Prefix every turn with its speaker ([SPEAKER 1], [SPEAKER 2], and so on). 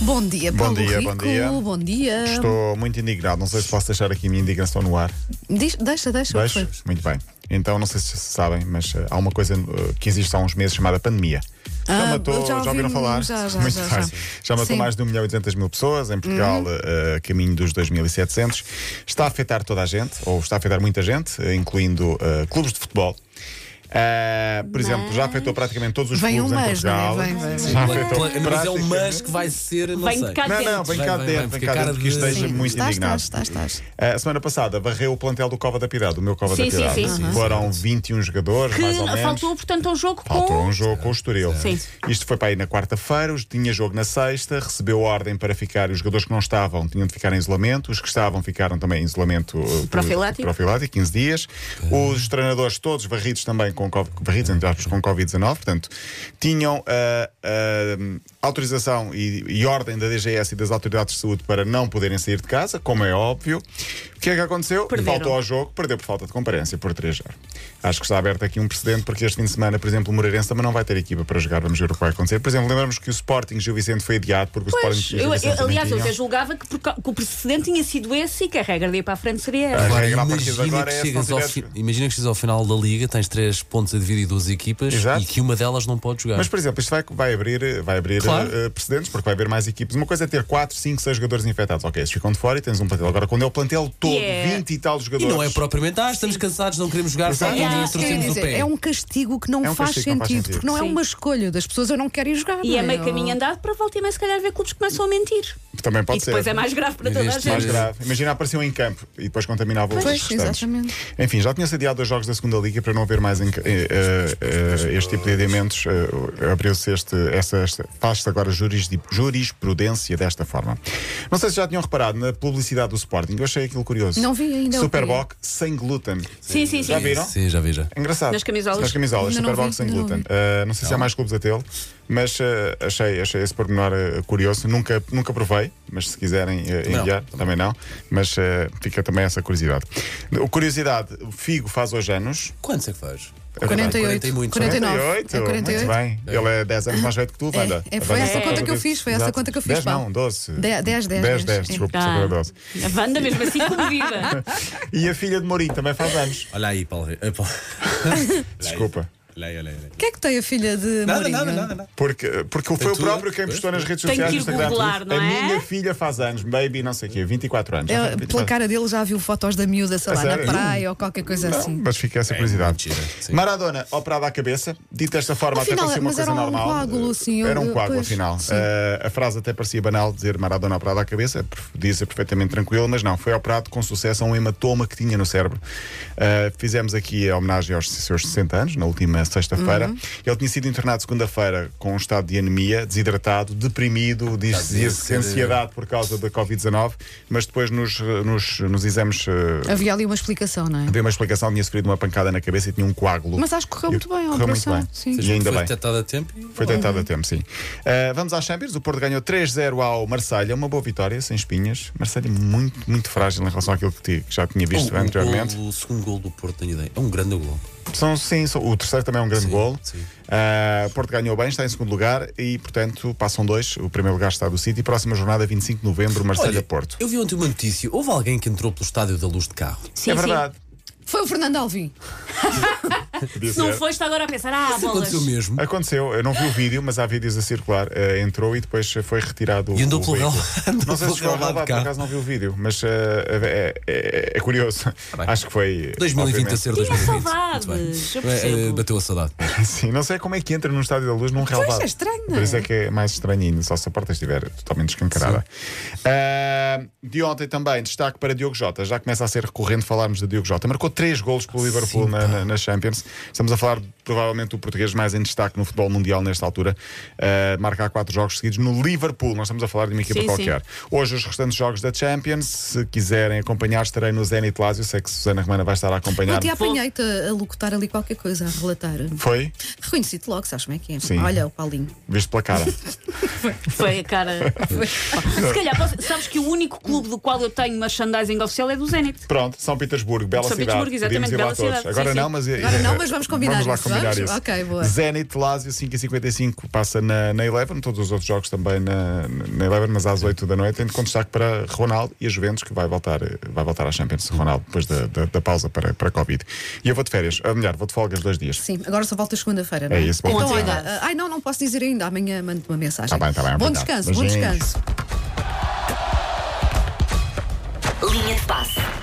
[SPEAKER 1] Bom dia,
[SPEAKER 2] Bom
[SPEAKER 1] Paulo
[SPEAKER 2] dia,
[SPEAKER 1] Rico.
[SPEAKER 2] bom dia.
[SPEAKER 1] Bom dia.
[SPEAKER 2] Estou muito indignado. Não sei se posso deixar aqui a minha indignação no ar.
[SPEAKER 1] Diz- deixa, deixa.
[SPEAKER 2] Deixo?
[SPEAKER 1] foi.
[SPEAKER 2] Muito bem. Então, não sei se sabem, mas eh, há uma coisa eh, que existe há uns meses chamada pandemia.
[SPEAKER 1] Ah,
[SPEAKER 2] matou,
[SPEAKER 1] já
[SPEAKER 2] ouviram
[SPEAKER 1] ouvimos,
[SPEAKER 2] falar?
[SPEAKER 1] já, já,
[SPEAKER 2] Muito
[SPEAKER 1] já,
[SPEAKER 2] bem.
[SPEAKER 1] já.
[SPEAKER 2] Já matou
[SPEAKER 1] Sim. Uhum.
[SPEAKER 2] mais de 1 milhão e 200 mil pessoas em Portugal, eh, a caminho dos 2.700. Está a afetar toda a gente, ou está a afetar muita gente, eh, incluindo eh, clubes de futebol. Eh, por exemplo, já afetou praticamente todos os
[SPEAKER 1] Vem um mas,
[SPEAKER 2] clubes em
[SPEAKER 1] não é?
[SPEAKER 2] Portugal.
[SPEAKER 1] Vem, vem, vem.
[SPEAKER 2] Já afetou
[SPEAKER 3] Mas é um mas
[SPEAKER 2] praticamente-
[SPEAKER 3] que vai ser, não
[SPEAKER 4] Vem
[SPEAKER 3] sei.
[SPEAKER 4] cá.
[SPEAKER 2] Não, não, vem
[SPEAKER 3] Vem,
[SPEAKER 2] cá
[SPEAKER 3] vem,
[SPEAKER 2] dentro,
[SPEAKER 3] vem,
[SPEAKER 2] vem
[SPEAKER 3] porque
[SPEAKER 2] cá
[SPEAKER 3] a cara
[SPEAKER 2] dentro que isto
[SPEAKER 3] de-
[SPEAKER 2] esteja
[SPEAKER 1] Sim,
[SPEAKER 2] muito
[SPEAKER 1] estás,
[SPEAKER 2] indignado.
[SPEAKER 1] estás, estás, estás.
[SPEAKER 2] A semana passada varreu o plantel do Cova da Piedade, do meu Cova
[SPEAKER 4] Sim,
[SPEAKER 2] da
[SPEAKER 4] sim,
[SPEAKER 2] Piedade.
[SPEAKER 4] sim, sim.
[SPEAKER 2] Foram 21 jogadores, mais ou
[SPEAKER 4] Que
[SPEAKER 2] menos.
[SPEAKER 4] faltou, portanto, um jogo
[SPEAKER 2] Faltou
[SPEAKER 4] com.
[SPEAKER 2] um jogo com o Estoril.
[SPEAKER 4] Sim.
[SPEAKER 2] Isto foi para aí na quarta-feira, os- tinha jogo na sexta, recebeu ordem para ficar, os jogadores que não estavam tinham de ficar em isolamento, os que estavam ficaram também em isolamento eh,
[SPEAKER 4] Profilático.
[SPEAKER 2] profilático 15 dias. Os treinadores todos varridos também com COVID, varridos, entre aspas, com Covid-19, portanto, tinham ah, ah, autorização e, e ordem da DGS e das autoridades de saúde para não poderem sair de casa, como é óbvio. O que é que aconteceu?
[SPEAKER 4] Perderam.
[SPEAKER 2] Faltou ao jogo, perdeu por falta de comparência, por 3 0 Acho que está aberto aqui um precedente, porque este fim de semana, por exemplo, o Moreirense também não vai ter equipa para jogar, vamos ver o que vai acontecer. Por exemplo, lembramos que o Sporting Gil Vicente foi adiado, porque o Sporting
[SPEAKER 4] Pois,
[SPEAKER 2] Gil
[SPEAKER 4] eu,
[SPEAKER 2] Vicente
[SPEAKER 4] eu,
[SPEAKER 2] também
[SPEAKER 4] aliás, eu
[SPEAKER 2] tinha-
[SPEAKER 4] até julgava que, por ca- que o precedente tinha sido esse e que a regra de ir para a frente seria essa.
[SPEAKER 2] A
[SPEAKER 3] Agora,
[SPEAKER 2] regra a partir de
[SPEAKER 3] imagina,
[SPEAKER 2] agora
[SPEAKER 3] que
[SPEAKER 2] é se
[SPEAKER 3] chegas
[SPEAKER 2] não
[SPEAKER 3] ao
[SPEAKER 2] tiveres-
[SPEAKER 3] fi- imagina que chegas ao final da liga, tens três pontos a dividir duas equipas
[SPEAKER 2] Exato.
[SPEAKER 3] e que uma delas não pode jogar.
[SPEAKER 2] Mas, por exemplo, isto vai, vai abrir, vai abrir
[SPEAKER 3] Claro.
[SPEAKER 2] eh, precedentes, porque vai haver mais equipes. Uma coisa é ter 4, 5, 6 jogadores infectados. Ok, esses ficam de fora e tens um plantel. Agora, quando é o plantel todo,
[SPEAKER 4] Yeah.
[SPEAKER 2] 20 e tal jogadores.
[SPEAKER 3] e não é propriamente, ah, estamos cansados, não queremos jogar,
[SPEAKER 2] Exato.
[SPEAKER 3] só
[SPEAKER 1] É,
[SPEAKER 3] um
[SPEAKER 1] isso que eu ia
[SPEAKER 3] torcemos o
[SPEAKER 1] dizer,
[SPEAKER 3] pé.
[SPEAKER 1] é um castigo que não,
[SPEAKER 2] É um
[SPEAKER 1] faz,
[SPEAKER 2] castigo que
[SPEAKER 1] sentido,
[SPEAKER 2] não faz sentido.
[SPEAKER 1] porque não é
[SPEAKER 4] Sim.
[SPEAKER 1] uma escolha das pessoas, eu não quero ir jogar.
[SPEAKER 4] E
[SPEAKER 1] não
[SPEAKER 4] é meio
[SPEAKER 1] Eu-
[SPEAKER 4] caminho andado para volta e meia, se calhar, ver clubes que começam a mentir.
[SPEAKER 2] Também pode
[SPEAKER 4] e depois
[SPEAKER 2] ser.
[SPEAKER 4] é mais grave para
[SPEAKER 3] Em
[SPEAKER 4] toda
[SPEAKER 3] vez
[SPEAKER 4] a
[SPEAKER 3] de
[SPEAKER 2] mais
[SPEAKER 4] gente.
[SPEAKER 3] Sim.
[SPEAKER 2] grave. Imagina, apareceu em campo e depois contaminava os
[SPEAKER 1] Pois,
[SPEAKER 2] restantes.
[SPEAKER 1] exatamente.
[SPEAKER 2] Enfim, já tinha-se adiado dois jogos da segunda Liga para não haver mais em- eh, eh, eh, este tipo de adiamentos. eh, Abriu-se este, essa, esta- faz-se agora jurisdi- jurisprudência desta forma. Não sei se já tinham reparado na publicidade do Sporting, eu achei aquilo curioso.
[SPEAKER 1] Não vi ainda, eu
[SPEAKER 2] Superboc sem glúten.
[SPEAKER 4] Sim, sim, sim.
[SPEAKER 2] Já viram?
[SPEAKER 3] Sim, já vi já.
[SPEAKER 2] É Engraçado.
[SPEAKER 4] Nas camisolas?
[SPEAKER 2] Nas camisolas,
[SPEAKER 1] Ainda não
[SPEAKER 2] Superbox
[SPEAKER 1] vi,
[SPEAKER 2] sem
[SPEAKER 1] ainda não
[SPEAKER 2] glúten.
[SPEAKER 1] vi.
[SPEAKER 2] Ah, não sei se há mais clubes a tê-lo, mas ah, achei, achei esse pormenor ah, curioso. Nunca, nunca provei, mas se quiserem ah,
[SPEAKER 3] Não,
[SPEAKER 2] enviar, também não. Mas ah, fica também essa curiosidade. O- Curiosidade: o Figo faz hoje anos.
[SPEAKER 3] Quantos é que faz?
[SPEAKER 2] É verdade.
[SPEAKER 1] 48,
[SPEAKER 3] 40 e muitos,
[SPEAKER 1] 49. É 48.
[SPEAKER 2] Muito bem. Ele é 10 anos mais velho que tu, Wanda.
[SPEAKER 1] é, foi
[SPEAKER 2] A Wanda
[SPEAKER 1] essa
[SPEAKER 2] faz
[SPEAKER 1] conta que eu
[SPEAKER 2] 48.
[SPEAKER 1] fiz, foi essa
[SPEAKER 2] Exato.
[SPEAKER 1] conta que eu fiz,
[SPEAKER 2] 10 não,
[SPEAKER 1] Paulo.
[SPEAKER 2] 12.
[SPEAKER 1] De- 10, 10,
[SPEAKER 2] 10,
[SPEAKER 1] 10,
[SPEAKER 2] desculpa,
[SPEAKER 4] Ah,
[SPEAKER 2] sobre a 12.
[SPEAKER 4] a Wanda, mesmo assim, comovida.
[SPEAKER 2] E a filha de Mourinho também faz anos.
[SPEAKER 3] Olha aí, Paulo. Eh, Paulo.
[SPEAKER 2] Desculpa.
[SPEAKER 3] Olha aí, olha aí, olha aí.
[SPEAKER 1] O que é que tem a filha de
[SPEAKER 3] Nada,
[SPEAKER 1] Mourinho?
[SPEAKER 3] nada, nada, nada.
[SPEAKER 2] Porque, porque foi o
[SPEAKER 3] tudo,
[SPEAKER 2] próprio quem
[SPEAKER 3] pois,
[SPEAKER 2] postou nas redes
[SPEAKER 4] Tem
[SPEAKER 2] sociais
[SPEAKER 4] que
[SPEAKER 2] no
[SPEAKER 4] ir
[SPEAKER 2] Instagram.
[SPEAKER 4] googlar, não
[SPEAKER 2] a
[SPEAKER 4] é?
[SPEAKER 2] minha filha faz anos, baby, não sei o quê, 24 anos.
[SPEAKER 1] É,
[SPEAKER 2] Já faz 24
[SPEAKER 1] pela cara dele já viu fotos da miúda, sei
[SPEAKER 2] A
[SPEAKER 1] lá, na
[SPEAKER 2] sério?
[SPEAKER 1] praia ou qualquer coisa
[SPEAKER 2] Não,
[SPEAKER 1] assim.
[SPEAKER 2] mas fica essa curiosidade.
[SPEAKER 3] É, mentira, sim.
[SPEAKER 2] Maradona operada à cabeça, dito desta forma,
[SPEAKER 1] Afinal,
[SPEAKER 2] até parecia uma
[SPEAKER 1] mas
[SPEAKER 2] coisa
[SPEAKER 1] era um
[SPEAKER 2] normal.
[SPEAKER 1] coágulo, sim,
[SPEAKER 2] era um
[SPEAKER 1] eu-
[SPEAKER 2] coágulo,
[SPEAKER 1] pois,
[SPEAKER 2] afinal.
[SPEAKER 1] sim.
[SPEAKER 2] Eh, a frase até parecia banal, dizer Maradona operada à cabeça, perf- podia ser perfeitamente tranquilo, mas não. Foi operado com sucesso a um hematoma que tinha no cérebro. Eh, fizemos aqui a homenagem aos seus 60 anos, na última sexta-feira.
[SPEAKER 1] Uhum.
[SPEAKER 2] Ele tinha sido internado segunda-feira com um estado de anemia, desidratado, deprimido, dizia-se
[SPEAKER 3] dizer que-
[SPEAKER 2] ansiedade por causa da Covid-19, mas depois nos, nos, nos exames. eh,
[SPEAKER 1] Havia ali uma explicação, não é?
[SPEAKER 2] Dei uma explicação, tinha sofrido uma pancada na cabeça e tinha um coágulo.
[SPEAKER 1] Mas acho que correu
[SPEAKER 2] E
[SPEAKER 1] muito bem a
[SPEAKER 2] Correu muito
[SPEAKER 1] operação,
[SPEAKER 2] bem.
[SPEAKER 1] sim.
[SPEAKER 2] E ainda
[SPEAKER 3] Foi
[SPEAKER 2] bem.
[SPEAKER 3] detectado a tempo e. um
[SPEAKER 2] Foi tentado a tempo, sim. Uh, vamos às Champions. O Porto ganhou 3-0 ao Marselha, uma boa vitória, sem espinhas. Marselha muito, muito frágil em relação àquilo que, ti- que já tinha visto
[SPEAKER 3] O- o
[SPEAKER 2] anteriormente.
[SPEAKER 3] golo- O segundo gol do Porto, tenho ideia. É um grande gol.
[SPEAKER 2] São, sim, são- o terceiro também é um grande
[SPEAKER 3] Sim,
[SPEAKER 2] gol.
[SPEAKER 3] sim.
[SPEAKER 2] Uh, Porto ganhou bem, está em segundo lugar e, portanto, passam dois. O primeiro lugar está do City. Próxima jornada, 25 de novembro, Marselha-Porto.
[SPEAKER 3] eu vi ontem uma notícia. Houve alguém que entrou pelo estádio da luz de carro.
[SPEAKER 4] Sim,
[SPEAKER 2] é verdade.
[SPEAKER 1] Foi o Fernando Alvim.
[SPEAKER 2] Podia
[SPEAKER 4] sim. Se não
[SPEAKER 2] ser.
[SPEAKER 4] foste agora a pensar, ah,
[SPEAKER 3] Isso
[SPEAKER 4] bolas.
[SPEAKER 3] aconteceu mesmo.
[SPEAKER 2] Aconteceu, eu não vi o vídeo, mas há vídeos a circular. Eh, entrou e depois foi retirado o-
[SPEAKER 3] E um andou
[SPEAKER 2] o
[SPEAKER 3] pelo
[SPEAKER 2] veículo.
[SPEAKER 3] relvado. Andou
[SPEAKER 2] Não sei se
[SPEAKER 3] pelo
[SPEAKER 2] chegou ao
[SPEAKER 3] relvado
[SPEAKER 2] relvado,
[SPEAKER 3] cá.
[SPEAKER 2] por acaso não vi o vídeo, mas eh, é, é- é curioso.
[SPEAKER 3] Ah, bem.
[SPEAKER 2] Acho que foi.
[SPEAKER 3] 2020 a ser
[SPEAKER 2] obviamente.
[SPEAKER 4] Tinha
[SPEAKER 3] 2020.
[SPEAKER 4] saudades,
[SPEAKER 3] Muito bem.
[SPEAKER 4] eu percebo.
[SPEAKER 3] Eh, eh, Bateu a saudade.
[SPEAKER 2] Sim, não sei como é que entra num estádio da luz num relvado.
[SPEAKER 1] é estranho, não é?
[SPEAKER 2] Por isso é que é mais estranhinho, só se a porta estiver totalmente escancarada. Eh, de ontem também, destaque para Diogo Jota. Já começa a ser recorrente falarmos de Diogo Jota. Marcou três golos pelo Liverpool
[SPEAKER 3] Sim,
[SPEAKER 2] na,
[SPEAKER 3] pá.
[SPEAKER 2] na- na Champions. Estamos a falar provavelmente do português mais em destaque no futebol mundial nesta altura. Eh, marca há quatro jogos seguidos no Liverpool. Nós estamos a falar de uma equipa
[SPEAKER 4] Sim, sim.
[SPEAKER 2] qualquer. Hoje os restantes jogos da Champions. Se quiserem acompanhar, estarei no Zenit Lazio. Sei que Susana Romana vai estar a acompanhar.
[SPEAKER 1] Ontem apanhei-te a, a locutar ali qualquer coisa, a relatar.
[SPEAKER 2] Foi?
[SPEAKER 1] Reconheci-te logo, sabes como é que é?
[SPEAKER 2] Sim.
[SPEAKER 1] Olha o Paulinho.
[SPEAKER 2] Viste pela cara.
[SPEAKER 4] Foi a cara. Se calhar, posso- sabes que o único clube do qual eu tenho uma merchandising oficial é do Zenit.
[SPEAKER 2] Pronto, São Petersburgo, bela
[SPEAKER 4] São
[SPEAKER 2] cidade.
[SPEAKER 4] Hamburgo, exatamente,
[SPEAKER 2] Podíamos ir lá
[SPEAKER 4] bela
[SPEAKER 2] todos.
[SPEAKER 4] cidade.
[SPEAKER 2] Agora
[SPEAKER 4] Sim,
[SPEAKER 2] não,
[SPEAKER 4] sim.
[SPEAKER 2] mas. é-
[SPEAKER 1] Agora não, mas vamos combinar
[SPEAKER 2] Vamos lá
[SPEAKER 1] isso,
[SPEAKER 2] combinar
[SPEAKER 1] vamos?
[SPEAKER 2] isso.
[SPEAKER 1] Ok, boa.
[SPEAKER 2] Zenit, Lazio, 5h55 passa na, na Eleven, todos os outros jogos também na, na Eleven, mas às 8 da noite, tendo com destaque para Ronaldo e a Juventus, que vai voltar, vai voltar à Champions, Ronaldo, depois da, da, da pausa para, para Covid. E eu vou de férias, ou melhor, vou de folgas dois dias.
[SPEAKER 1] Sim, agora só volta segunda-feira, não é?
[SPEAKER 2] É isso, bom
[SPEAKER 1] então,
[SPEAKER 2] descanso.
[SPEAKER 1] olha, ah, ai não, não posso dizer ainda, amanhã mando uma mensagem.
[SPEAKER 2] Tá bem, tá bem,
[SPEAKER 1] Bom
[SPEAKER 2] obrigado.
[SPEAKER 1] descanso, bom
[SPEAKER 2] Beijinhos.
[SPEAKER 1] descanso.
[SPEAKER 5] Linha de passe.